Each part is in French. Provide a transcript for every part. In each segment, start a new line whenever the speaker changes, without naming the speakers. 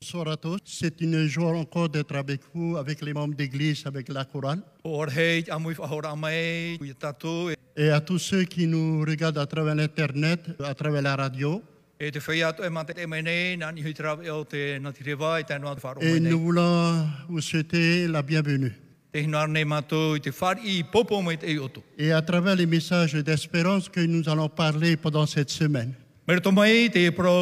Sorato. C'est une joie encore d'être avec vous, avec les membres d'église, avec la chorale.
O or hei, te amui whahora mai, i tātou, e,
Et à tous ceux qui nous regardent à travers l'Internet, à travers la radio.
e te whai atu e mate e mai nei, nā ni hui trawe o te nati rewa, i tēnua te wharo
Et
mai
nous
nei.
voulons vous souhaiter la bienvenue.
Te hinara nei mātou, i te whari i popo mai te i oto.
Et à travers les messages d'espérance que nous allons parler pendant cette semaine.
Mera tō mai, te pro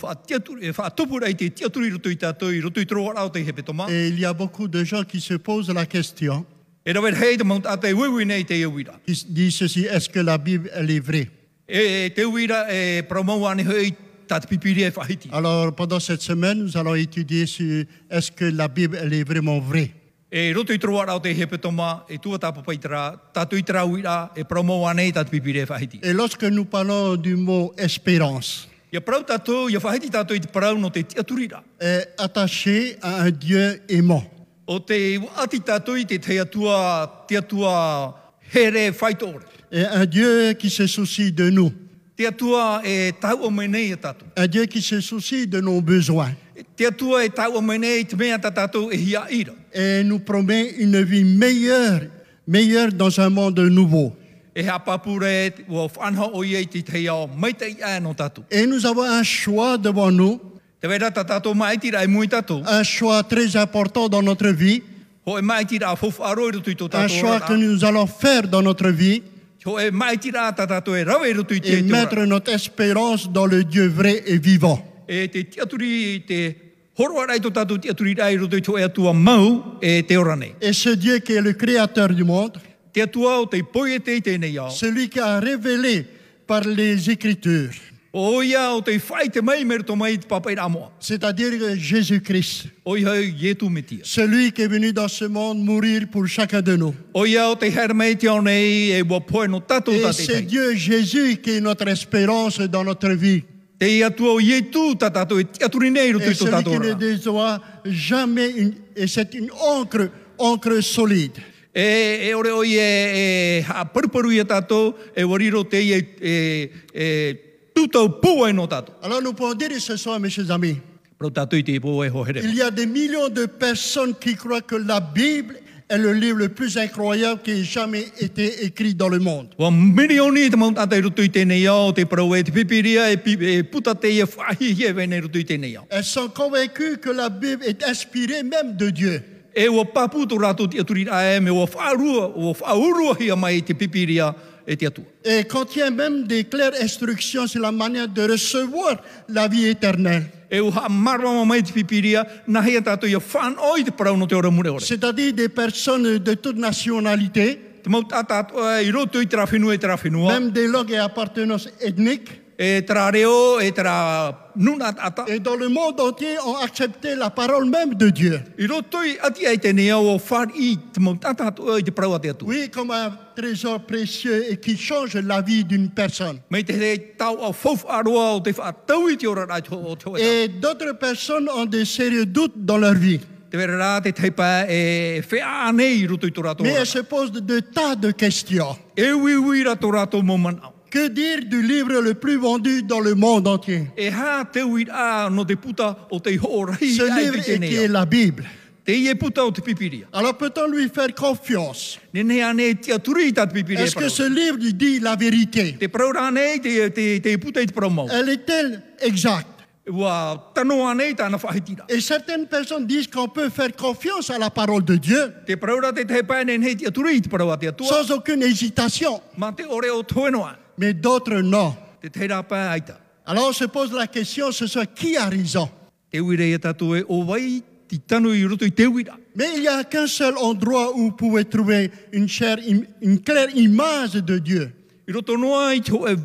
whaatiaturi, e whaatupura i te tiaturi roto i tātou, i roto i toro arau te hepe toma.
Et il y a beaucoup de gens qui se posent la question,
E rawe hei te mount a te uiwi nei te uira.
qui se disent ceci, est-ce que la Bible elle est vraie
E, e te uira e promau ane hei tātou pipiri e whahiti.
Alors pendant cette semaine, nous allons étudier sur est-ce que la Bible elle est vraiment vraie.
E roto i toro arau te hepe toma, e tua tāpapa i tera, tātou i tera uira, e promau ane tātou pipiri e whahiti.
Et lorsque nous parlons du mot espérance,
Ia parau tātou, ia whahiti tātou i te parau no te tiaturira.
est attaché à un Dieu aimant.
O te ati tātou i te teatua, teatua here whaitore.
Et un Dieu qui se soucie de nous.
Teatua e tau o menei e tātou.
Un Dieu qui se soucie de nos besoins.
Teatua e tau o menei te mea tā tātou e hia ira.
Et nous promet une vie meilleure, meilleure dans un monde nouveau.
E hea papure o whanha o ia i te teia o meitai ea no tātou.
Et nous avons un choix devant nous,
Te wera tā tātou maitira e mui tātou.
un choix très important dans notre vie,
Ho e maitira a fofaroi rutu i tō
un
tātou.
choix que
ora.
nous allons faire dans notre vie
Ho e maitira a tā tātou e rawe rutu i te
et
tōra.
mettre notre espérance dans le Dieu vrai et vivant.
e te tiaturi, e te horo arai tō tātou tiaturi rai roto i tō e atua mau e te ora nei.
Et ce Dieu qui est le créateur du monde,
Te atua o te poi e te i tēnei au.
celui qui a révélé par les Écritures,
O ia o te whai te mai mero tō mai i te papai rā moa.
c'est-à-dire Jésus-Christ,
O ia i e me tia.
celui qui est venu dans ce monde mourir pour chacun de nous.
O ia o te her mai te au nei e wā poe no tātou
Et
tā te
c'est
tei.
Dieu Jésus qui est notre espérance dans notre vie.
Te i atua o i tū tā tātou e tiaturi nei roto
Et
i tō
celui qui
tātou
ne
rā.
déçoit jamais, une, et c'est une encre, encre solide.
E, e ore o i e, e ha paruparu i a tātou e wariro te i e, e, e tūtau pōa e no tātou.
Alors nous pouvons dire ce soir, mes chers amis,
Pro tātou i te pōa e ho here.
il y a des millions de personnes qui croient que la Bible est le livre le plus incroyable qui ait jamais été écrit dans le monde.
Wa milioni te maun tātai rutu i tēnei au, te parau e te pipiria, e, pi, e puta te e whahi e venei rutu i tēnei au.
Elles sont convaincues que la Bible est inspirée même de Dieu.
E ua papu tō rātou te aturi ae me ua whaarua, ua whaurua hia mai i te pipiria e te atua.
et contient même des claires instructions sur la manière de recevoir la vie éternelle.
E ua ha marama mai te pipiria, na hea tātou ia whan oi te parau no te ora mure ore.
C'est-à-dire des personnes de toute nationalité,
Te maun tātou i roto i tera whenua e tera whenua,
même des langues et appartenances ethniques,
e tera reo, e tera nuna ata.
et dans le monde entier ont accepté la parole même de Dieu.
I roto i ati ai tēnei au, ua whari i te maun tātou e, i te parau a te atua.
Oui, comme un trésor précieux et qui change la vie d'une personne.
Me te te tau a fof aroa o te whaatau i te ora rai tō o tō e
Et d'autres personnes ont de sérieux doutes dans leur vie.
Te vera rā te teipa e whea anei i rutu i tō rātou
Mais
ora.
elles se posent de tas de questions.
E ui ui rā tō rātou mō manau.
Que dire du livre le plus vendu dans le monde entier
E hā te ui rā no te puta o te horai
Ce
ai
livre
te
est- qui est
tenei.
la Bible.
Te i e puta o te pipiria.
Alors peut-on lui faire confiance
Nene ane te aturi i tātu pipiria.
Est-ce que ce livre lui dit la vérité
Te parau rā nei te, te, te puta i te parau mau.
Elle est-elle exacte
Ua tano anei tāna whahitira.
Et certaines personnes disent qu'on peut faire confiance à la parole de Dieu
Te parau rā te teipa e nene te aturi i te parau a te atua.
sans aucune hésitation,
Ma te ore o tōenoa.
mais d'autres non.
Te teirā pā aita.
Alors on se pose la question ce soir, qui a raison
Te uira e tātou e o wai, ti tanu i roto i te uira.
Mais il n'y a qu'un seul endroit où vous pouvez trouver une, chair- une claire image de Dieu.
I roto noa i te ho e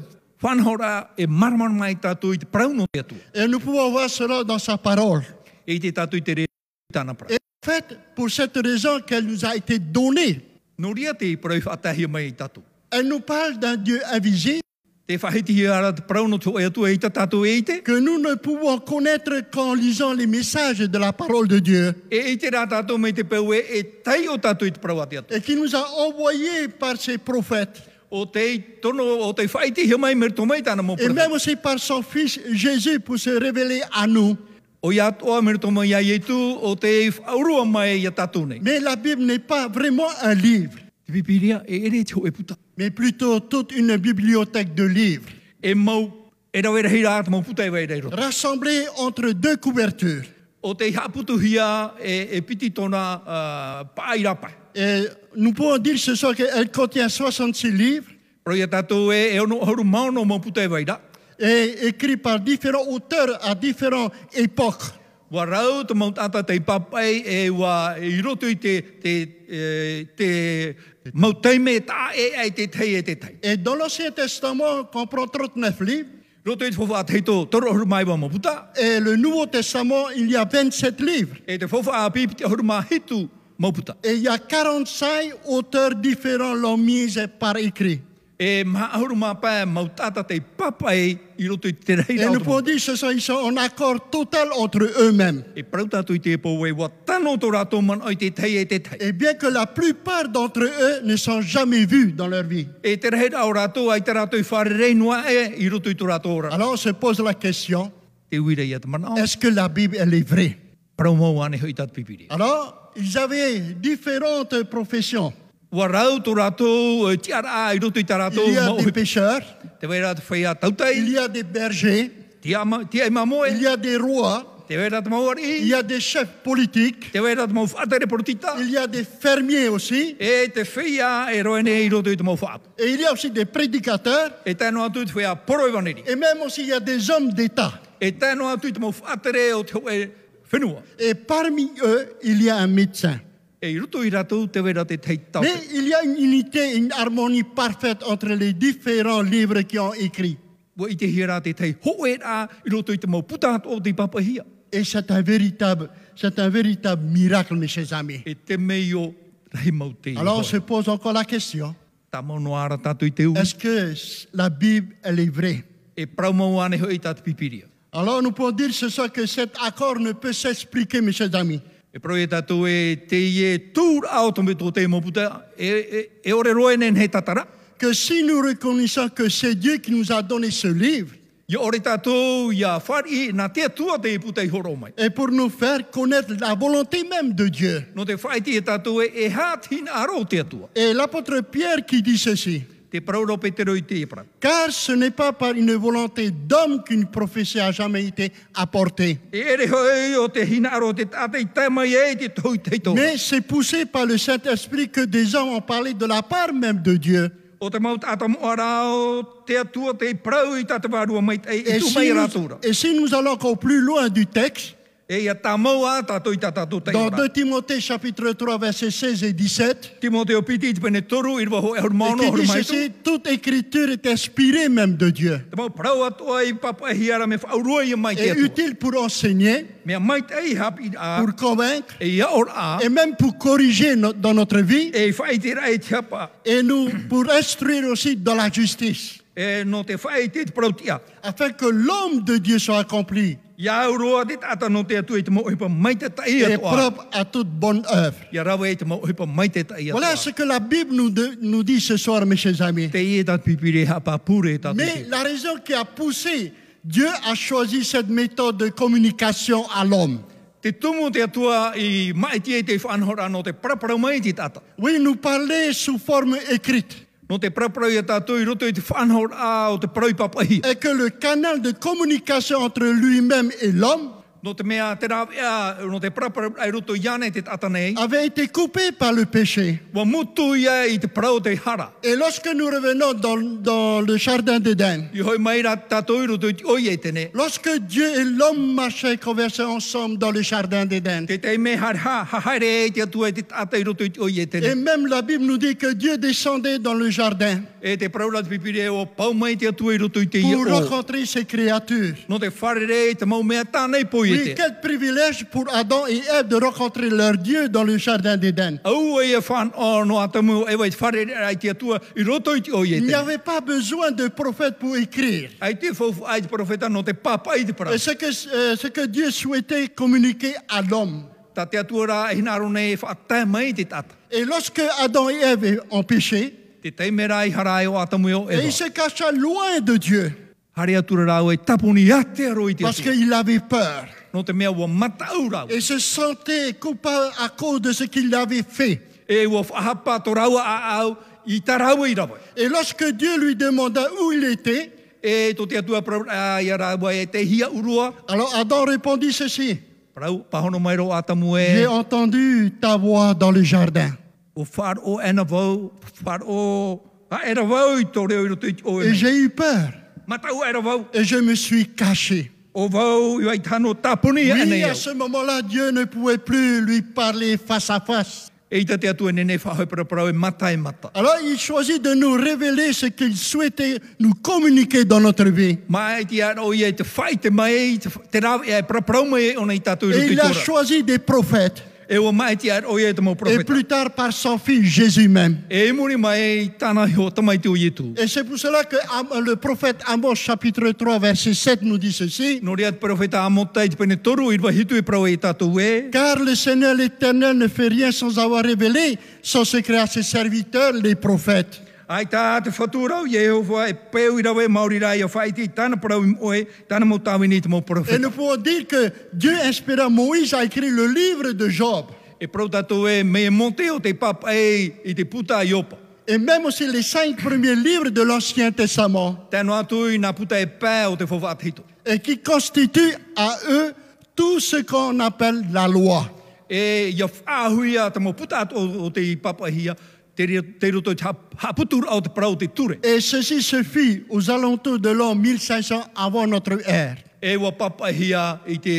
whanhora e maramar mai tātou i te prauno te atua.
Et nous pouvons voir cela dans sa parole.
E i te tātou i te re tāna
Et
prau.
en fait, pour cette raison qu'elle nous a été donnée,
Nō ria te i prau whatahi mai i tātou.
elle nous parle d'un Dieu invisible
Te whahiti hi ara te prauno te oe atua e i tā tātou e i te.
que nous ne pouvons connaître qu'en lisant les messages de la parole de Dieu
E i te rā tātou mai te pēu e e tai o tātou i te prau a te atua.
et qui nous a envoyés par ses prophètes
O te i tono, o te whaiti hi mai mer tō mai tāna mō
et
prau.
même aussi par son fils Jésus pour se révéler à nous.
O ia toa mero tō mai ai e tū, o te aurua mai ia tātou nei.
Mais la Bible n'est pas vraiment un livre,
Te pipiria e ere te ho e puta.
mais plutôt toute une bibliothèque de livres,
E mau, e rau era hira ata mau puta e wei rei roto.
rassemblés entre deux couvertures.
O te haputu hia e, e piti tōna uh, pāirapai.
Et nous pouvons dire ce soir qu'elle contient 66 livres
Pro ia tātou e, e ono horu maono mau puta e wei ra.
et écrits par différents auteurs à différentes époques.
Wa rau te mau tata te papai e wa i roto i te, te, e, te mau teime e tā e ai te tei e te tei.
Et dans l'Ancien Testament, on comprend 39 livres.
Roto i te fofa a tei tō toro horu mai wa mau puta.
Et le Nouveau Testament, il y a 27 livres.
E te fofa a pipiti horu mā hitu mau puta.
Et il y a 45 auteurs différents l'ont mis par écrit.
E mahauru mā pē mau tata te papai i roto i te rei
Et nous pouvons
rautu.
dire ce soir, ils sont en accord total entre eux-mêmes.
E parau tātou i te pō e wa tano tō rātou man oi te tei e te tei.
Et bien que la plupart d'entre eux ne sont jamais vus dans leur vie.
E te rei rau rātou ai te rātou i whare rei noa e i roto i tō rātou ora.
Alors on se pose la question,
Te uire i ata mana o.
est-ce que la Bible, elle est vraie
Parau mau ane hoi tātou pipiri.
Alors, ils avaient différentes professions.
Wa rau tō rātou e tiara a i roto i tā rātou
Il y a
mau
des
hoi.
pêcheurs,
Te wei rātou whai a
il
tautai,
y a des bergers,
te ama- te ai mamoe,
il y a des rois,
te wei rātou mau
il
ari,
y a des chefs politiques,
te wei rātou mau whātere porotita,
il y a des fermiers aussi,
e te whia e roe nei i roto i te mau whātu.
et il y a aussi des prédicateurs,
E tēnō atu i te whea poro i waneri.
et même aussi il y a des hommes d'État.
E tēnō atu i te mau whātere o te hoe whenua.
Et parmi eux, il y a un médecin.
E i ruto i rātou te wera te tei tau.
Mais il y a une unité, une harmonie parfaite entre les différents livres qui ont écrit.
Wa i te hira te tei hoe rā i roto i te mau puta o te papahia.
Et c'est un véritable, c'est un véritable miracle, mes chers amis.
E te mei o rei mau te i
Alors on se
hoi.
pose encore la question.
Tā mono ara tātou i te ui.
Est-ce que la Bible, elle est vraie
E prau mau ane hoi tātou pipiria.
Alors nous pouvons dire ce soir que cet accord ne peut s'expliquer, mes chers amis.
E prau e tātou e te i e tūr au tome tō te mau puta. E, e, e ore roe nen hei tatara.
Que si nous reconnaissons que c'est Dieu qui nous a donné ce livre,
Ia ore tātou ia whari nā te atua te i puta i horo mai.
et pour nous faire connaître la volonté même de Dieu.
No te whaiti e tātou e e hātin aro te atua.
Et l'apôtre Pierre qui dit ceci,
Te prauro Petero i te e prau.
car ce n'est pas par une volonté d'homme qu'une prophétie a jamais été apportée,
E ere hoi o te hina aro te tātai tēmai e te tau te tō.
mais c'est poussé par le Saint-Esprit que des hommes ont parlé de la part même de Dieu.
O te mau tātam o arao, te atua te prau i tāta wārua mai te i
Et
tū
si,
mai
nous,
rātura.
et si nous allons encore plus loin du texte,
E ia tā mau a tātou i tāta tō te
dans
ora.
2 Timothée chapitre 3 versets 16 et 17,
Timoteo piti i te pene toru i rwaho e hor
et
maono
qui
hor
dit
mai tū.
ceci, toute écriture est inspirée même de Dieu,
Te mau prau atua i papa e hiara me whaurua i mai te
et
atua.
utile pour Ah. enseigner,
Mea mai te ei hap i a,
pour convaincre,
e ia or a,
et même pour corriger no- dans notre vie
e whai te rai te hapa,
et nous pour instruire aussi dans la justice
e no te whai te te prau tia.
afin que l'homme de Dieu soit accompli
Ia aurua te tāta no te atua i te mau hipa mai te tai
et
atua.
propre à toute bonne œuvre.
Ia rawa e te mau hipa mai te tai atua.
Voilà ce que la Bible nous, de- nous dit ce soir, mes chers amis.
Te e ie tat pipire hapa pure tat.
Mais la raison qui a poussé Dieu à choisi cette méthode de communication à l'homme.
Te tumu te atua i mai tie te whanhora no te prapara mai te tata.
Oui, nous parler sous forme écrite
No te prapara i tatu i roto i te whanhora o te parau i papahi.
et que le canal de communication entre lui-même et l'homme
No te mea te rawea, no te prapara i roto i ane te tata nei.
avait été coupé par le péché.
Wa mutu ia i te parau te hara.
Et lorsque nous revenons dans, dans le jardin d'Éden,
I hoi mai rā tatu i roto i te oi e tene.
Lorsque Dieu et l'homme marchaient et conversaient ensemble dans le jardin d'Éden,
Te te me har ha, ha haere e te atua i te tata i roto i te oi e
et
tene.
même la Bible nous dit que Dieu descendait dans le jardin
E te parau rā te pipire o pau mai te atua i roto i te i
pour
o.
rencontrer ses créatures.
No te wharere i te mau mea tānei po i
Oui,
te.
quel privilège pour Adam et Ève de rencontrer leur Dieu dans le jardin d'Éden.
Au e fan no atamu e wai whare ai te atua i roto i te oie
Il n'y
te.
avait pas besoin de prophète pour écrire.
Ai te fofu ai te profeta no te papa i te para.
Et ce que, euh, ce que Dieu souhaitait communiquer à l'homme.
Ta te atua rā e hinaro nei e whaatai mai te tata.
Et lorsque Adam et Ève ont péché,
Te teimera i harai o atamu o
et
e
ils se cacha loin de Dieu.
Hare atura rāu e tapuni ate aro i te
parce
atua.
qu'il avait peur.
No te mea ua matau rāu.
et se sentait coupable à cause de ce qu'il avait fait.
E ua whahapa tō rāu a au i tā rāu i rāu.
Et lorsque Dieu lui demanda où il était,
E tō te atua parau a ia rāu e te hia urua.
alors Adam répondit ceci.
Parau, pahono mai ro atamu
J'ai
e.
entendu ta voix dans le jardin
O whāro ana vau, whāro a era vau i tō reo i roto i o
et
e.
j'ai eu peur
Matau era vau.
et je me suis caché.
O vau i wai tāno tāpuni a
Oui,
nei
à
au.
ce moment-là, Dieu ne pouvait plus lui parler face à face.
E i tā te atua nene whahoi parau parau e mata e mata.
Alors il choisit de nous révéler ce qu'il souhaitait nous communiquer dans notre vie.
Ma e te aro i e te whai te mai, te, te rau e praprau mai e ona i tātou i
Et
roto i
il a
tōra.
choisi des prophètes,
E o mai te aro i e te mau
et
profeta.
plus tard par son fils Jésus même.
E muri mai tāna hio tamai te o ietu.
Et c'est pour cela que Am- le prophète Amos chapitre 3 verset 7 nous dit ceci.
No rea te profeta amota i te pene toru i rwa hitu e prau e tātou e.
Car le Seigneur l'Éternel ne fait rien sans avoir révélé son secret à ses serviteurs, les prophètes.
Ai tā te whaturau, Yehova e pēu i rawe maori rai o whaiti i tāna parau i moe, tāna mau tāwe ni te mau
Et
profeta.
nous pouvons dire que Dieu inspira Moïse à écrire le livre de Job.
E prau tātou e me e monte o te papa e i te puta i opa.
Et même aussi les cinq premiers livres de l'Ancien Testament,
Tēnu atu i nā puta e pē o te whawa atito.
et qui constituent à eux tout ce qu'on appelle la loi.
E ia whāhuia te mau puta atu o, o te papa hia, te, re- te roto i te hap- haputura o te parau te ture.
Et ceci se fit aux alentours de l'an 1500 avant notre ère.
E wa papa hia i te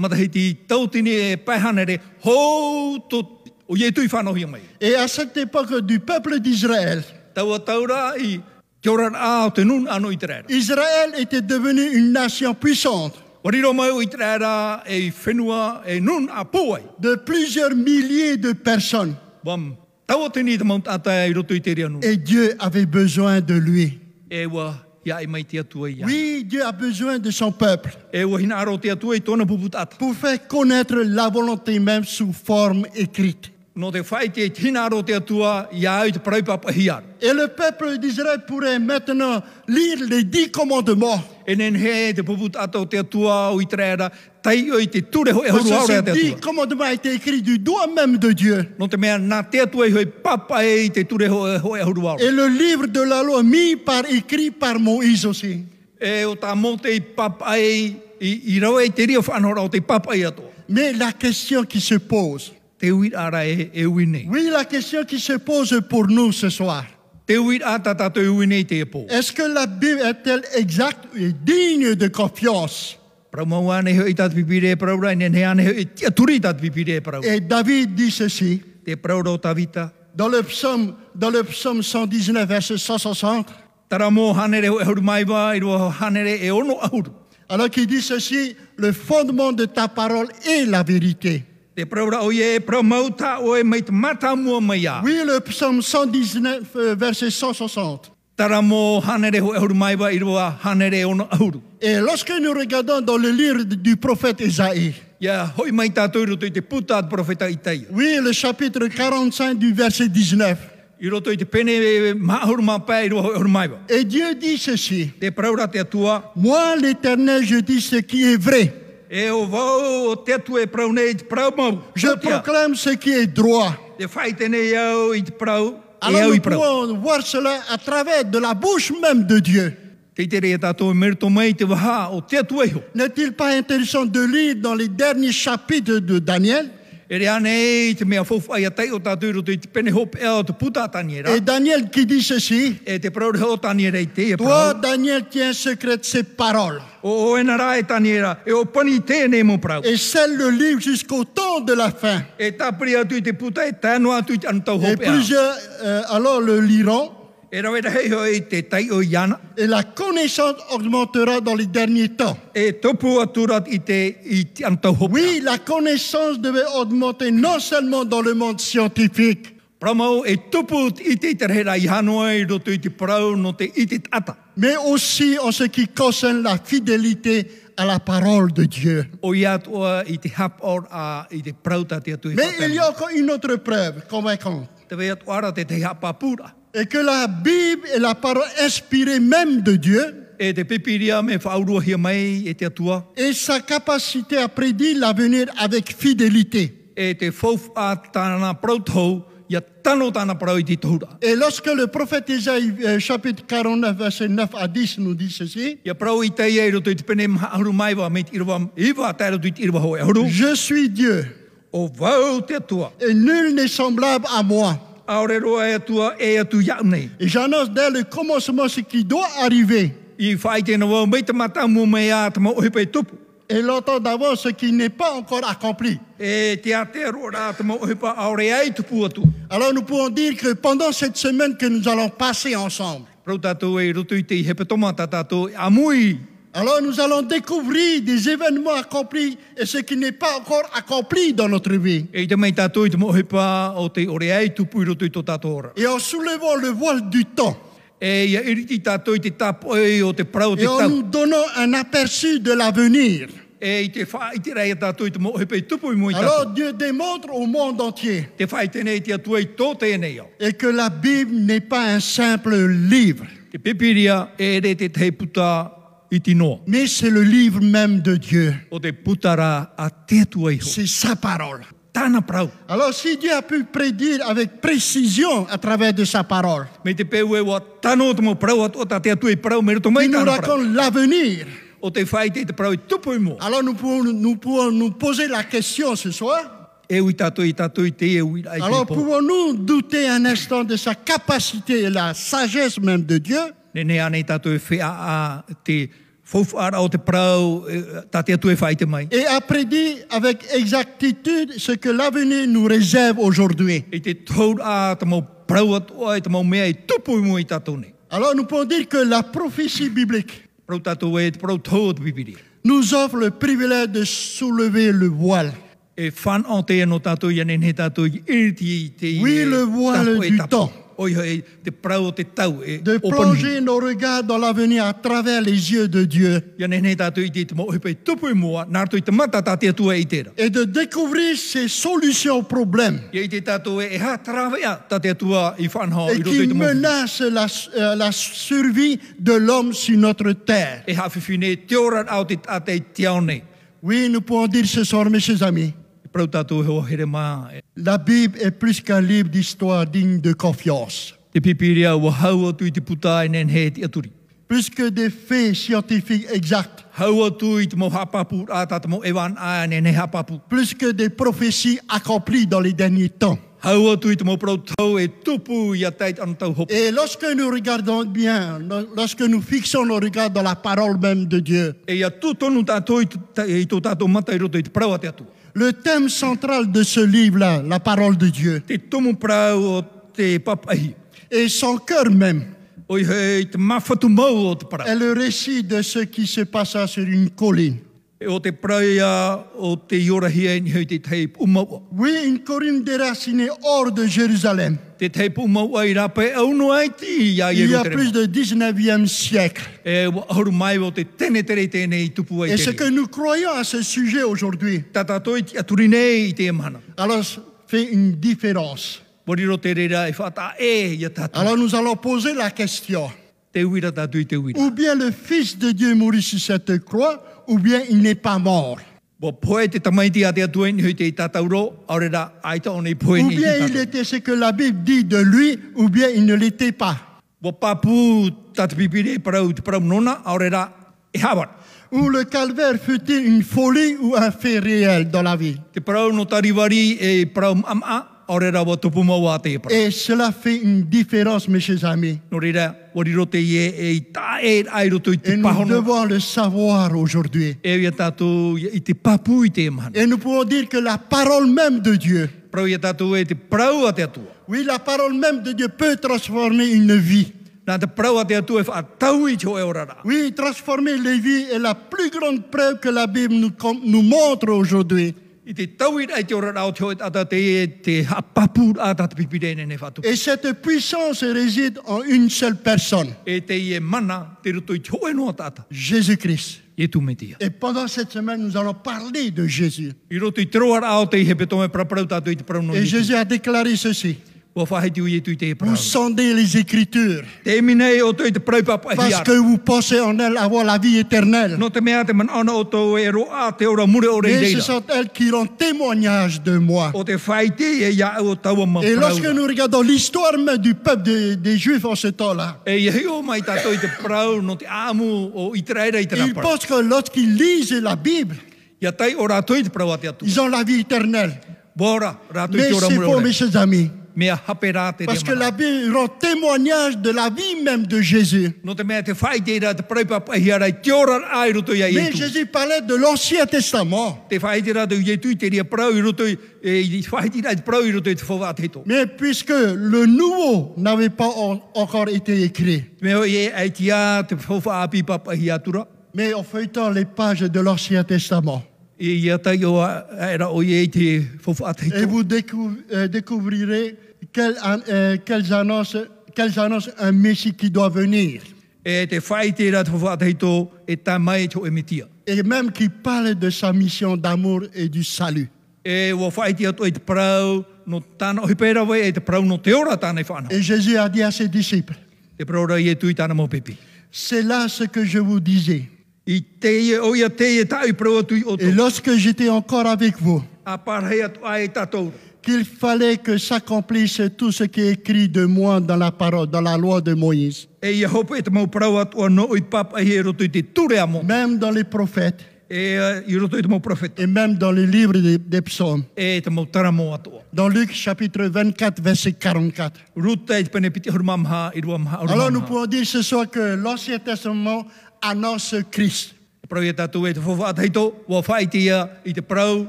matahiti tautini e pēhanere, hou tō o ietu i whānau hia mai.
Et à cette époque du peuple d'Israël,
Taua taura i kia ora rā o te nun anō i te rēra.
Israël était devenu une nation puissante
Wariro mai o i te rēra e i whenua e nun a pōai.
de plusieurs milliers de personnes.
Wam, taua tini i te mount atai i roto i te rea nun.
Et Dieu avait besoin de lui.
E wa ia i mai te atua i ai.
Oui, Dieu a besoin de son peuple
E wa hina aro te atua i tōna puputata.
pour faire connaître la volonté même sous forme écrite.
No te whai te hina aro te atua i ai te paraupapa hiaro.
Et le peuple d'Israël pourrait maintenant lire les dix commandements.
E nen he te puputata o te atua o i te rēra, tai oi te ture hoi e
Parce
horu
que
aura
ces
te
dix
atua.
commandements ont été écrits du doigt même de Dieu.
No te mea nā te atua i hoi papa e i te ture hoi e hoi e horu aura.
Et le livre de la loi mis par écrit par Moïse aussi.
E o tā mō te papai, i, i rawa i te rio whanora o te papai ato.
Mais la question qui se pose,
Te uit ara e, e ui nei.
oui, la question qui se pose pour nous ce soir,
Te uit a tā tātou e ui nei te e pō.
Est-ce que la Bible est-elle exacte et digne de confiance
Parau mau ane hoi tāt pipire e parau rai, nen he ane hoi te aturi tāt pipire e parau.
Et David dit ceci
Te parau rau tā vita.
dans le psaume, dans le psaume 119, verset 160,
Tara mō hanere e hoi hauru maiwa, i roa hanere e ono ahuru.
alors qu'il dit ceci, le fondement de ta parole est la vérité.
Te parau rau i e parau mau tā oe mai te mata mua mai a.
Oui, le psaume 119, euh, verset 160.
Tara mō hanere hoi hauru maiwa, i roa hanere e ono ahuru.
Et lorsque nous regardons dans le livre du prophète Isaïe,
Ia hoi mai tātou i roto i te puta at profeta i taia.
oui, le chapitre 45 du verset 19,
I roto i te pene e mahuru mā pē i roa hoi e hauru maiwa.
et Dieu dit ceci,
Te praura te atua,
moi l'Éternel, je dis ce qui est vrai,
e o vau o te atua e prau nei te prau mau.
je
Rotia,
proclame ce qui est droit.
Te whai tēnei au i te prau, e
Alors
au
nous
i prau.
pouvons voir cela à travers de la bouche même de Dieu.
Te te rea tātou e merito mai te waha o te atua iho.
N'est-il pas intéressant de lire dans les derniers chapitres de Daniel
E rea nei te mea fofai a tai o tātou i roto i te pene hop e o te puta tānia rā.
Et Daniel qui dit ceci,
E te prau reo tānia rei te e
toi
prau.
Daniel tiens secret ces paroles
O oena rā e tānia rā, e o pani tēnei mō prau.
et scelle le livre jusqu'au temps de la fin.
E tāpiri atu i te puta e tānu atu i te anutau
Et
hop e a.
plusieurs euh, alors le liront
E rawe rei hoi te tai o iana.
et la connaissance augmentera dans les derniers temps.
E topu aturat i te, i te anutau hop e a.
Oui, la connaissance devait augmenter non seulement dans le monde scientifique,
Pramau e tupu i te terhera i hanoa i roto i te parau no te i te tata.
mais aussi en ce qui concerne la fidélité à la parole de Dieu.
O i atua i te hap or a i te parauta te atu i
Mais il y
whapena.
a encore une autre preuve convaincante,
Te wea tuara te te hapapura.
et que la Bible est la parole inspirée même de Dieu,
e te pepiria me whaurua hia mai e te atua,
et sa capacité à prédire l'avenir avec fidélité.
e te whauwha tāna prautou, ia tano tāna prau i te tohura.
Et lorsque le prophète Isaïe, euh, chapitre 49, verset 9 à 10, nous dit ceci,
Ia prau i teia i roto i te pene maha ahuru mai wa me te irwa, iwa tai roto i te irwa ho e ahuru,
Je suis Dieu,
o vau te atua,
et nul n'est semblable à moi.
aore roa e atua e atu iau nei.
Et j'annonce dès le commencement ce qui doit arriver,
I whai tēnā wau mei te mata mu mei a te mauhe pei tupu.
et longtemps d'avance ce qui n'est pas encore accompli.
E te atero rā te mauhe pa aore ai tupu atu.
Alors nous pouvons dire que pendant cette semaine que nous allons passer ensemble,
Rau tātou e roto i te i hepe tomata tātou e a mui.
alors nous allons découvrir des événements accomplis et ce qui n'est pas encore accompli dans notre vie.
E te mei tātou i te mauhe pa o te ore ai tupu i roto i tō tātou ora.
Et en soulevant le voile du temps,
E ia iriti tātou i te tapoe o te prau te
et en
tau.
nous donnant un aperçu de l'avenir,
E i te wha i te rei a tātou i te mauhe pei tupu i mui tātou.
alors Dieu démontre au monde entier
Te whai tēnei te atua i tō tēnei au.
et que la Bible n'est pas un simple livre,
Te pipiria e re te te puta i tinoa.
mais c'est le livre même de Dieu.
O te putara a te atua i ho.
C'est sa parole.
Tāna prau.
Alors si Dieu a pu prédire avec précision à travers de sa parole,
Me te peu e wa tano te mo prau atu o ta te atu e prau me roto mai
il nous
tāna prau.
raconte l'avenir.
O te whai te te prau i tupu i mua.
Alors nous pouvons, nous pouvons nous poser la question ce soir.
E ui tātou i tātou i te e ui ai te
Alors
po.
pouvons-nous douter un instant de sa capacité et la sagesse même de Dieu
Nene anei tātou e whea a te fofara o te prau, e, tā te atu e whai te mai.
et a prédit avec exactitude ce que l'avenir nous réserve aujourd'hui.
E te taur a te mau prau atu ai te mau mea i tupu i mua i tātou nei.
Alors nous pouvons dire que la prophétie biblique
Prau tātou e te prau tau o te pipiria.
nous offre le privilège de soulever le voile.
E whan o te anō tātou i anei tātou i iriti i te...
Oui, le voile
tāpoi,
du
tāpoi.
temps.
Oi, oi, te prau o te tau e
de
open.
plonger nos regards dans l'avenir à travers les yeux de Dieu
Ia nei nei tātou i te te mō hepe tupu i mua, nā rātou i te mata tā te atua i tērā.
et de découvrir ses solutions aux problèmes
Ia i te tātou e e hā tarawea tā te atua i whanhau
et
i roto
qui
i te mō.
menacent la, euh, la survie de l'homme sur notre terre.
E hā whiwhine te ora au te tate i te au nei.
Oui, nous pouvons dire ce soir, mes chers amis,
E Prau tātou he o here mā. e.
la Bible est plus qu'un livre d'histoire digne de confiance,
Te pipiria wa hau atu i te puta i nen he te aturi.
plus que des faits scientifiques exacts,
Hau atu i te mō hapapu rā tā te mō ewan a nen he hapapu.
plus que des prophéties accomplies dans les derniers temps.
Hau atu i te mō prau tau e tupu i a teit anu tau hopu.
Et lorsque nous regardons bien, no- lorsque nous fixons nos regards dans la parole même de Dieu,
E ia tū tonu tātou i t- i tō tātou mata i roto i te prau a te atua.
Le thème central de ce livre-là, la parole de Dieu,
Te tomu prau o te papahi.
et son cœur même,
Oi hei, te mawhatu mau o te para.
est le récit de ce qui se passa sur une colline.
E o te praia, o te iorahia i hei te teip umaua.
Oui, une colline déracinée hors de Jérusalem,
Te teip umaua i rape au no ai ti i a
il y a plus de
Jerusalem.
19e siècle.
E wa ahuru mai o te tene tere i tēnei i tupu ai
Et ce
tere.
que nous croyons à ce sujet aujourd'hui,
Tatato i te aturi nei i te emana.
alors fait une différence.
Moriro te reira e whata e i a tatu.
Alors nous allons poser la question,
Te uira tatu i te uira.
ou bien le Fils de Dieu mourit sur cette croix, ou bien il n'est pas mort.
Bo poe te tamaiti a te atua i hei te i tatauro, aurera aita o nei poe
Ou
ni i
bien
te
il
tatu.
était ce que la Bible dit de lui, ou bien il ne l'était pas.
Bo papu tatapipire e parau te parau nona, aurera e hawara.
Ou le calvaire fut-il une folie ou un fait réel dans la vie
Te parau no tariwari e parau mama, aurera wa tupu mau a te e parau.
Et cela fait une différence, mes chers amis.
No reira, wariro te ie e i tā e ai roto i
Et
te
nous
pahono.
devons le savoir aujourd'hui.
E ia tātou ia i te papu i te emana.
Et nous pouvons dire que la parole même de Dieu,
Parau ia tātou e te parau a te atua.
oui, la parole même de Dieu peut transformer une vie.
Nā te parau a te atua e whaatau i te hoe orara.
Oui, transformer les vies est la plus grande preuve que la Bible nous, com- nous montre aujourd'hui.
I te tau i rai te orara o te hoe tata te e te hapapu a tata pipirene ne whatu.
Et cette puissance réside en une seule personne,
E te i e mana te roto i te hoe noa tata.
Jésus-Christ.
E tu me tia.
Et pendant cette semaine, nous allons parler de Jésus.
I roto i te roara o te i he petome praparau e tātou i te parau no
Et
i te.
Jésus a déclaré ceci.
Ua whahe tiu i tui te
Vous
parau.
sondez les Écritures
Te minei o tui te praupapa e
parce que
hiara.
vous pensez en elles avoir la vie éternelle.
No te mea te man ana o tau e roa te ora mure o
Mais ce
reireira.
sont elles qui rendent témoignage de moi.
O te whaite e ia au o tau ma
Et lorsque
praura.
nous regardons l'histoire même du peuple des, des Juifs en ce temps-là,
E ia heo mai tātou i te parau no te āmu o i te raira i te
ils
rapara.
pensent que lorsqu'ils lisent la Bible,
Ia tai o rātou i te parau a te atu.
ils ont la vie éternelle.
Bora, rātou i
Mais
te ora
c'est
mure o
faux, mes
reireira.
chers amis,
Mea hape rā te
parce que la
remana.
Bible rend témoignage de la vie même de Jésus.
No te mea te whaite i rā te praupapa e hiara i te ora ai roto ia i
Mais
tu.
Jésus parlait de l'Ancien Testament.
Te whaite rā tau i tu i te ria parau i roto i e i te whaite i rā te parau i roto i te whawa te to.
Mais puisque le nouveau n'avait pas en- encore été écrit,
Me o e ai te a te whawa api papa hi atura.
mais en feuilletant les pages de l'Ancien Testament,
E ia tai o a- era o e te whawa te
et
to.
vous décou- euh, découvrirez quelles, an- euh, quelles annonces, quelles annoncent un Messie qui doit venir,
E te whaite rā te whawa te to e tā mai e tō e mitia.
et même qui parle de sa mission d'amour et du salut.
E o whaite ato e te parau no tāna o hipera wai e te parau no te ora tāna i whanau.
Et Jésus a dit à ses disciples,
Te parau rā i tu i tāna mō pepi.
c'est là ce que je vous disais.
I te e o ia te e tāu i parau atu i o
Et
tō.
lorsque j'étais encore avec vous,
A pārhei atu a e tātou.
qu'il fallait que s'accomplisse tout ce qui est écrit de moi dans la parole, dans la loi de Moïse,
E ia hopo e te mau parau atu a no i papa hi e roto i te ture amo.
même dans les prophètes
E uh, i roto i te mau profeta.
et même dans les livres des, des psaumes.
E te mau taramo atoa.
Dans Luc chapitre 24, verset 44.
Ruta i te pene piti horuma maha, i rua maha,
Alors
horuma
nous
maha.
pouvons dire ce soir que l'Ancien Testament annonce Christ
Parau e tātou e te whawha ataito, wā whaitia i te parau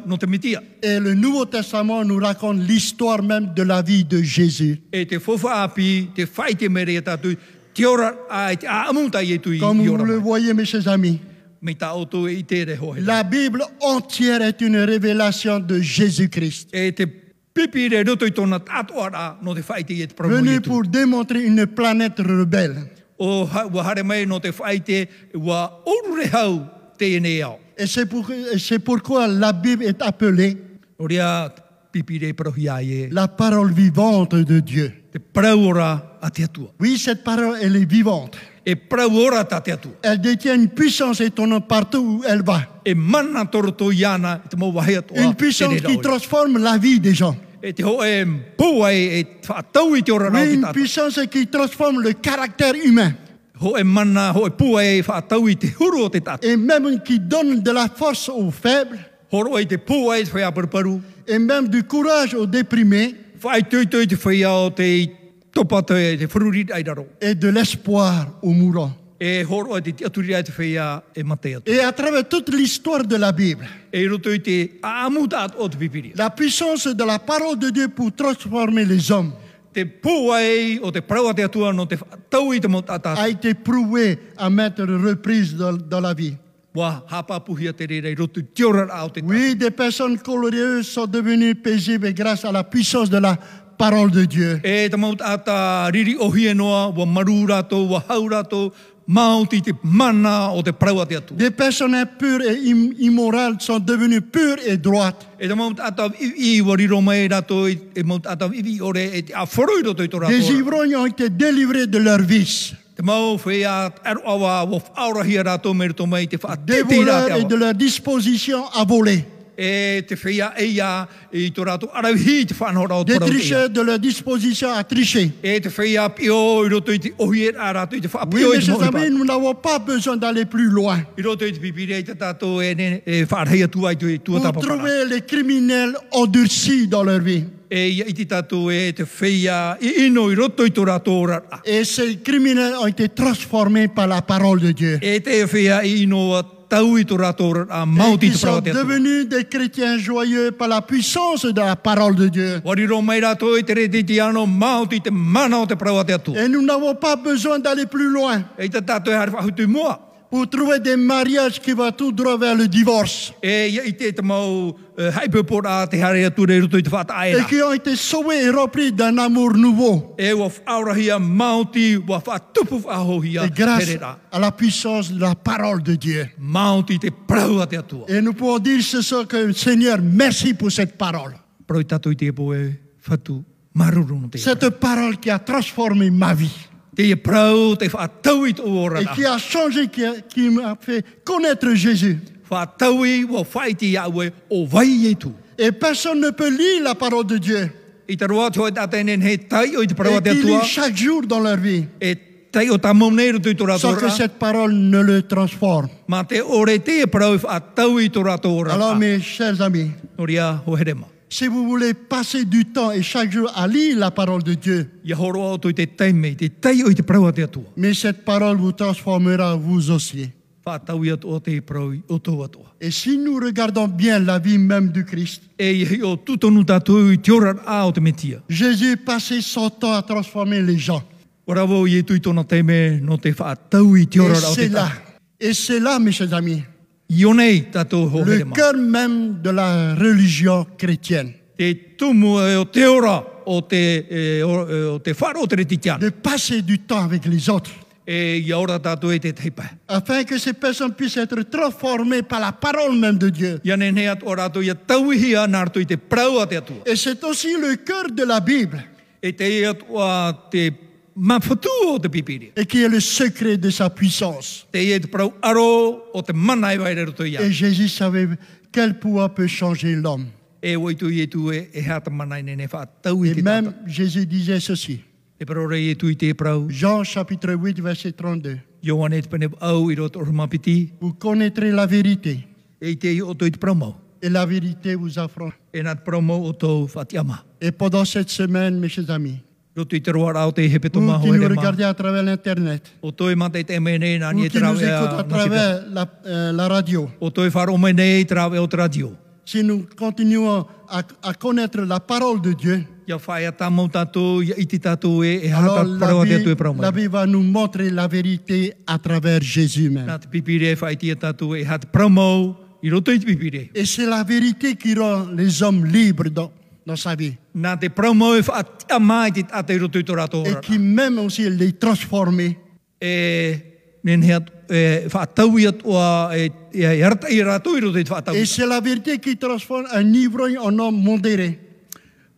no te mitia.
et le Nouveau Testament nous raconte l'histoire même de la vie de Jésus.
E te whawha api, te whaite mere e tātou, te ora a te aamunta i e tui
Comme
i
vous
ora
le
mai.
voyez, mes chers amis,
Me tā oto e i te re hohe.
la Bible entière est une révélation de Jésus-Christ,
E te pipi re roto i tōna tātoa rā no te whaite i e te parau no i
venu
tui.
pour démontrer une planète rebelle.
O ha- ua hare mai no te whaite, ua orure hau te e nei au.
Et c'est pour- et c'est pourquoi la Bible est appelée
O rea pipi re parau hi a e,
la parole vivante de Dieu.
te parau ora a te atua.
Oui, cette parole, elle est vivante.
E parau ora tā te atua.
Elle détient une puissance étonnante partout où elle va.
e mana toro tō iana i te mau wahe atoa.
Une puissance qui transforme la vie des gens.
E te ho e mpua e, e whaatau i te ora rau
Oui,
ki
une
tātou.
puissance qui transforme le caractère humain
Ho e mana, ho e pua e whaatau i te huru o te tātou.
et même qui donne de la force aux faibles
Horo e te pua e te whea paruparu.
et même du courage aux déprimés
Whai tuitui te whea o te topata e te whururita ai raro.
et de l'espoir aux mourants.
E horo e te aturira e te whea e mate atu.
Et à travers toute l'histoire de la Bible,
E roto i te aamuta at o te pipiria.
la puissance de la parole de Dieu pour transformer les hommes
Te pua e o te praua te atua no te whaatau i te mau tātātou.
a été prouvée à maintes reprises dans, dans la vie.
Wa hapapuhia te reira i roto i te ora rau te tātou.
Oui, des personnes glorieuses sont devenues paisibles grâce à la puissance de la parole de Dieu.
E te maut ata riri ohi e noa, wa maru rato, wa hau rato, mauti te mana o te praua te atu.
Des personnes impures et im- immorales sont devenues pures et droites.
E te maut ata i i wa riro mai rato, i- e maut ata i i ore, e te awhoroi roto i tō rato.
Des
ora.
ivrognes ont été délivrés de leurs vices.
Te mau whea aroawa, wa whaorahi a rato me rito mai, te
Des
whaatiti
voleurs et de
rato.
leur disposition à voler.
E te whea eia, i tō rato arahi te whanhora o tō
Des
rato eia.
tricheurs de leur disposition à tricher.
E te whea pio, i roto i te ohi e a rato, i te
Oui,
whaapio i
mes
te
chers
moripa.
amis, nous n'avons pas besoin d'aller plus loin
I roto i te pipire i te tato e ne- e whaarhei atu ai tu- tua
pour
tapapara.
trouver les criminels endurcis dans leur vie.
e ia iti tātou e te wheia i ino i roto i tō rātou ora.
Et ces criminels ont été transformés par la parole de Dieu.
E te wheia i ino a tau i tō rātou ora,
Et
mauti
qui
te
sont
prawa te
devenus des chrétiens joyeux par la puissance de la parole de Dieu.
Wariro mai rātou i te re titi ano, mauti te mana o te prawa te atu.
Et nous n'avons pas besoin d'aller plus loin
E te tātou e hara whahutu mua.
pour trouver des mariages qui vont tout droit vers le divorce
E ia i te te mau eh, haipepora te hare atu rei roto i te whata
et
aera.
qui ont été sauvés et repris d'un amour nouveau.
E wa whaurahia mauti, wa whatupu whahohia
Et grâce
te rera.
à la puissance de la parole de Dieu.
Mauti te prawa te atua.
Et nous pouvons dire ce soir que Seigneur, merci pour cette parole.
Paroi tātou i te epo e whatu Maruru no te.
Cette parole qui a transformé ma vie
Te e prau, te whātau i tō ora
et
nā.
qui a changé, qui, a- qui m'a fait connaître Jésus.
Whātau i wa whaiti awe o vai e tu.
Et personne ne peut lire la parole de Dieu
I te roa tō e tātēnen he tai o i te
et
parawa te
qui
atua.
lit chaque jour dans leur vie
E tai o tā maunei rutu i tō
sans
rātou
que
rā.
cette parole ne le transforme.
Mā te ore te e prau i whātau i tō rātou ora
Alors
nā.
mes chers amis,
Noria hoherema.
si vous voulez passer du temps et chaque jour à lire la parole de Dieu,
Ia horoa o tō i te teime, te tai o i te parawa te atua.
mais cette parole vous transformera vous aussi.
Whātau i atua te e prau i o tō atua.
Et si nous regardons bien la vie même du Christ,
E ihi o tūtonu tātou i te ora a o te metia.
Jésus passait son temps à transformer les gens.
Ora wau i e tui tōna teime no te whātau i te
Et
ora rā o
c'est
te
là,
tātou.
et c'est là, mes chers amis,
I onei
le
tātou hoherema.
cœur même de la religion chrétienne.
Te tumu e o te ora o te, e, o, e, o te wharo o te retikiana.
de passer du temps avec les autres,
E i ora tātou e te teipa.
afin que ces personnes puissent être transformées par la parole même de Dieu.
Ia nenei atu o rātou ia tauihi a nā rātou i te prau a te atua.
Et c'est aussi le cœur de la Bible,
E te e atu a te mawhatu o te pipiri.
et qui est le secret de sa puissance.
Te e te prau aro o te mana i waere rātou ia.
Et Jésus savait quel pouvoir peut changer l'homme.
E oitu i e tu e, e hea te mana i nenei wha tau i
Et
te tata.
même Jésus disait ceci,
E parore i e tu i te prau.
Jean chapitre 8, verset 32,
Ioan e te pene au i roto rumapiti.
Vous connaîtrez la vérité,
E i te i o tō i te prau mau.
et la vérité vous affronte.
E nā te prau mau o tō whatiama.
Et pendant cette semaine, mes chers amis,
Roto i te roa rau te hepe tō
vous
maho
qui
e
nous
rema.
regardez à travers l'Internet,
O toi mate te e mene na
vous
ni
qui
tra
nous écoutez
vea.
à travers la, euh, la radio,
O toi faro mene tra vea e o radio.
si nous continuons à, à connaître la parole de Dieu,
Ia whae a tamau tātou, ia iti tātou e, e
alors
hata
la
parawa te
vie,
atu e parau
la
mai.
vie va nous montrer la vérité à travers Jésus même.
Nā te pipire e whae tia tātou e hata parau mau, i roto i te pipire.
Et c'est la vérité qui rend les hommes libres dans, dans sa vie
Nā te parau mau e wha tia mai te ate i roto i tō rātou
et
ora.
qui même aussi les transformer
E, nen hea, e, wha tau i atua, e, e, e harta i rātou i roto i te wha tau.
Et c'est la vérité qui transforme un ivrogne en homme modéré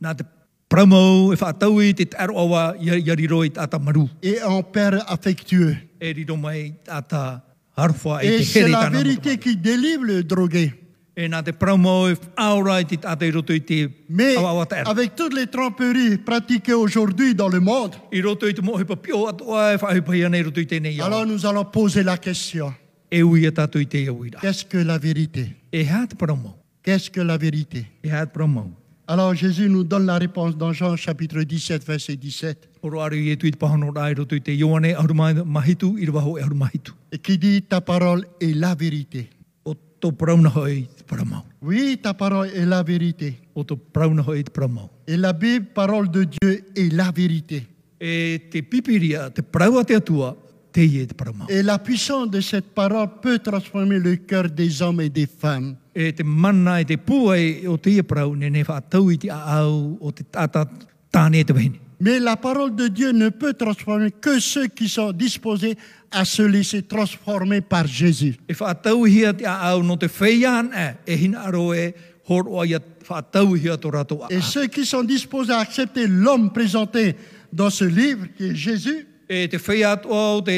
Nā te parau mau e wha tau i te taro awa, ia, ia riro i tata maru.
et en père affectueux.
E riro mai tata harwha e
Et
te
c'est
here
la
tāna. motu mai.
vérité qui délivre le drogué.
E nā te paramo e aura i te tate i roto i te
Mais
awawa te ara.
avec toutes les tromperies pratiquées aujourd'hui dans le monde,
I roto i te mohepa pio atoa e whahupai ana i roto i te nei awa.
alors nous allons poser la question.
E ui a tātou i te awira.
Qu'est-ce que la vérité
E hea te paramo.
Qu'est-ce que la vérité
E hea te paramo.
Alors Jésus nous donne la réponse dans Jean chapitre 17, verset 17,
Oro aru i e tui te pahano rā i roto i te ioane aru mai- mahitu i rawaho e aru mahitu.
et qui dit Ta parole est la vérité.
O tō parauna hoi te paramo.
Oui, ta parole est la vérité.
O tō parauna hoi te paramo.
Et la Bible, parole de Dieu, est la vérité.
E te pipiria, te paraua te atua, te i e te paramo.
Et la puissance de cette parole peut transformer le cœur des hommes et des femmes.
E te mana e te pua e o te i e parau, ne ne whaatau i te aau o te tata tāne e te wahine.
Mais la parole de Dieu ne peut transformer que ceux qui sont disposés à se laisser transformer par Jésus.
E whaatau hia te aau no te wheian e, e hina aro e horoa ia whaatau hia tō rātou a.
Et ceux qui sont disposés à accepter l'homme présenté dans ce livre, qui est Jésus,
E te whea toa o te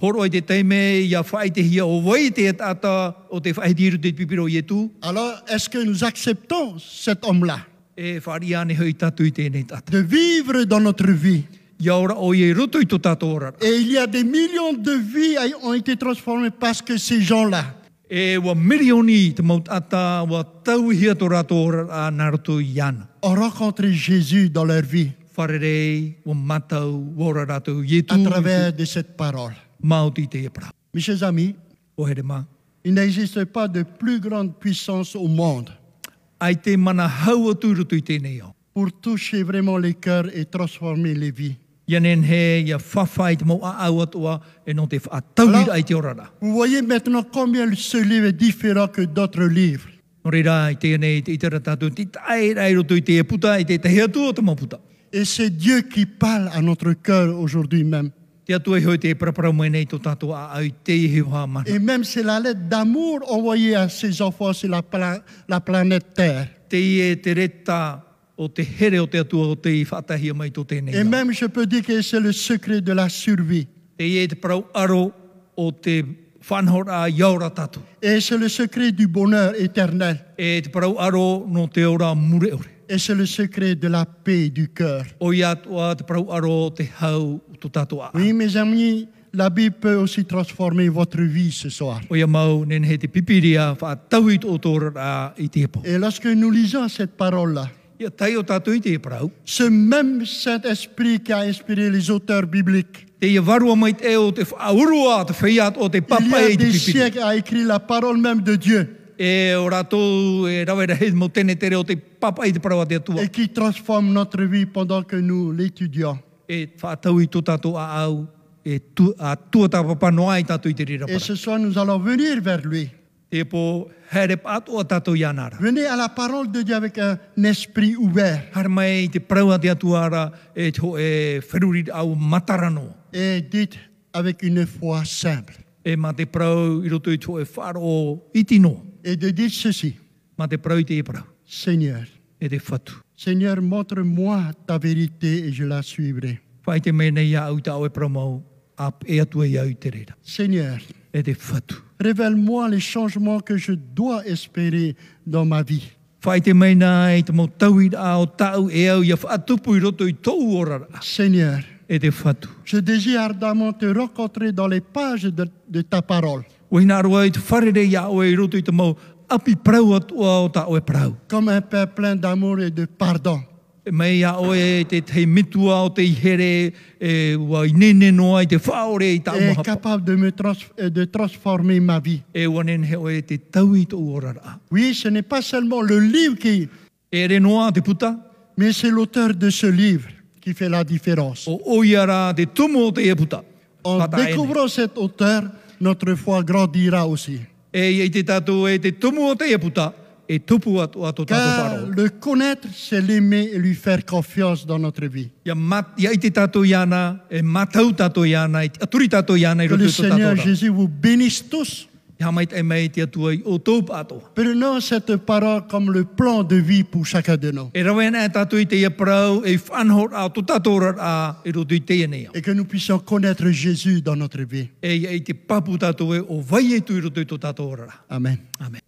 horoa i te teime, ia whai te hia o wai te tata o te whai tiru te pipiro i e etu,
Alors, est-ce que nous acceptons cet homme-là
e wharia ne hoi tatu i tēnei tata.
de vivre dans notre vie
Ia ora o i e rutu i tō tata ora.
Et il y a des millions de vies a- ont été transformées parce que ces gens-là,
E wa mirioni te mautata, wa tau hia tō rātou ora a naruto i ana.
ont rencontré Jésus dans leur vie
Wharerei, wa matau, wa ora rātou i e etu,
à travers de cette parole.
mauti te e pra.
Mes chers amis,
O here maa.
il n'existe pas de plus grande puissance au monde
ai te mana hau atu i rutu i tēnei au.
pour toucher vraiment les cœurs et transformer les vies.
Ia nen he, ia whawhai te mau a au atua, e no te whaatauira ai te orara.
Vous voyez maintenant combien ce livre est différent que d'autres livres.
No reira, i tēnei, i te ratatu, ti tae rai rutu i te puta, i te te atu o te mauputa.
Et c'est Dieu qui parle à notre cœur aujourd'hui même.
Te atu e hoi te parapara mai nei tō tātou a au i te i heu hā mana.
Et même c'est la lettre d'amour envoyée à ses enfants sur la, pla- la planète Terre.
Te i e te reta o te here o te atua o te i whātahia mai tō tēnei.
Et
ngā.
même, je peux dire que c'est le secret de la survie.
Te ie te parau aro o te whanhora a iaora tatu.
Et c'est le secret du bonheur éternel.
E te parau aro no te ora mure ore.
Et c'est le secret de la paix du cœur.
O ia toa te parau aro o te hau o tō tatu a.
Oui, mes amis, la Bible peut aussi transformer votre vie ce soir.
O ia mau nen he te pipiria whātau i tō tōra a i te epo.
Et lorsque nous lisons cette parole-là,
Ia tai o tatu i te e parau.
ce même Saint-Esprit qui a inspiré les auteurs bibliques,
Te ia varua mai te e o te whaurua te whiat o te
il y
papa
a
e te
des
pipiria.
siècles a écrit la parole même de Dieu
E o rātou e rawe rahe mo tēne tere o te papa i te parau a te atua.
et qui transforme notre vie pendant que nous l'étudions.
e whātau i tō tātou a au, e tu, a tua tāpapa noa i tātou i te rira
Et
para.
ce soir, nous allons venir vers lui.
E pō, here pātua tātou i anara.
Venez à la parole de Dieu avec un esprit ouvert.
Hara mai i te praua te atuara, e, tō, e wheruri au matarano.
et dites avec une foi simple.
E mā te prau i roto i tō e whāro itino.
Et de dire ceci,
Mā te prau i te e prau,
Seigneur,
e te whatu.
Seigneur, montre-moi ta vérité et je la suivrai.
Whai te mene ia au tā au e prau mau, ap e atua iau i te rira.
Seigneur,
E te whatu.
révèle-moi les changements que je dois espérer dans ma vie.
Whai te mena i te mau tau i au tau e au ia whaatupu i roto i tōu orara.
Seigneur,
E te whatu.
je désire ardemment te rencontrer dans les pages de, de ta parole,
Wina roa i te wharere ia oe i roto i te mau, api prau atua o ta oe prau.
comme un Père plein d'amour et de pardon.
E Mai ia oe te tei mitua o te ihere, e ua i nene noa i te whaore i tau
Et
moha. Kap...
capable de me trans- euh, de transformer ma vie.
E ua nen he oe te tau i tō orara.
Oui, ce n'est pas seulement le livre qui,
E re noa te puta,
mais c'est l'auteur de ce livre qui fait la différence.
o oiara te tumu o te e puta.
En
Tata ene.
découvrant cet auteur, notre foi grandira aussi.
E i te tatou e te tumu o te e puta, e tupu atua tō tatou
Car
wharo.
le connaître, c'est l'aimer et lui faire confiance dans notre vie.
Ia, mat, ia i te tatou iana, e matau tatou iana, i te aturi tatou iana i
Que
roto
le
i tō tatou
Seigneur
orara.
Jésus vous bénisse tous.
Ia mai te mei te atua i o tō pātoa.
Prenons cette parole comme le plan de vie pour chacun de nous.
E rawe nā tātou i te ia parau, e whanhor a tō tātou rar a e roto i te ia
Et que nous puissions connaître Jésus dans notre vie.
E ia i te papu tātou e o vai e tu i roto i tō tātou rar.
Amen.
Amen.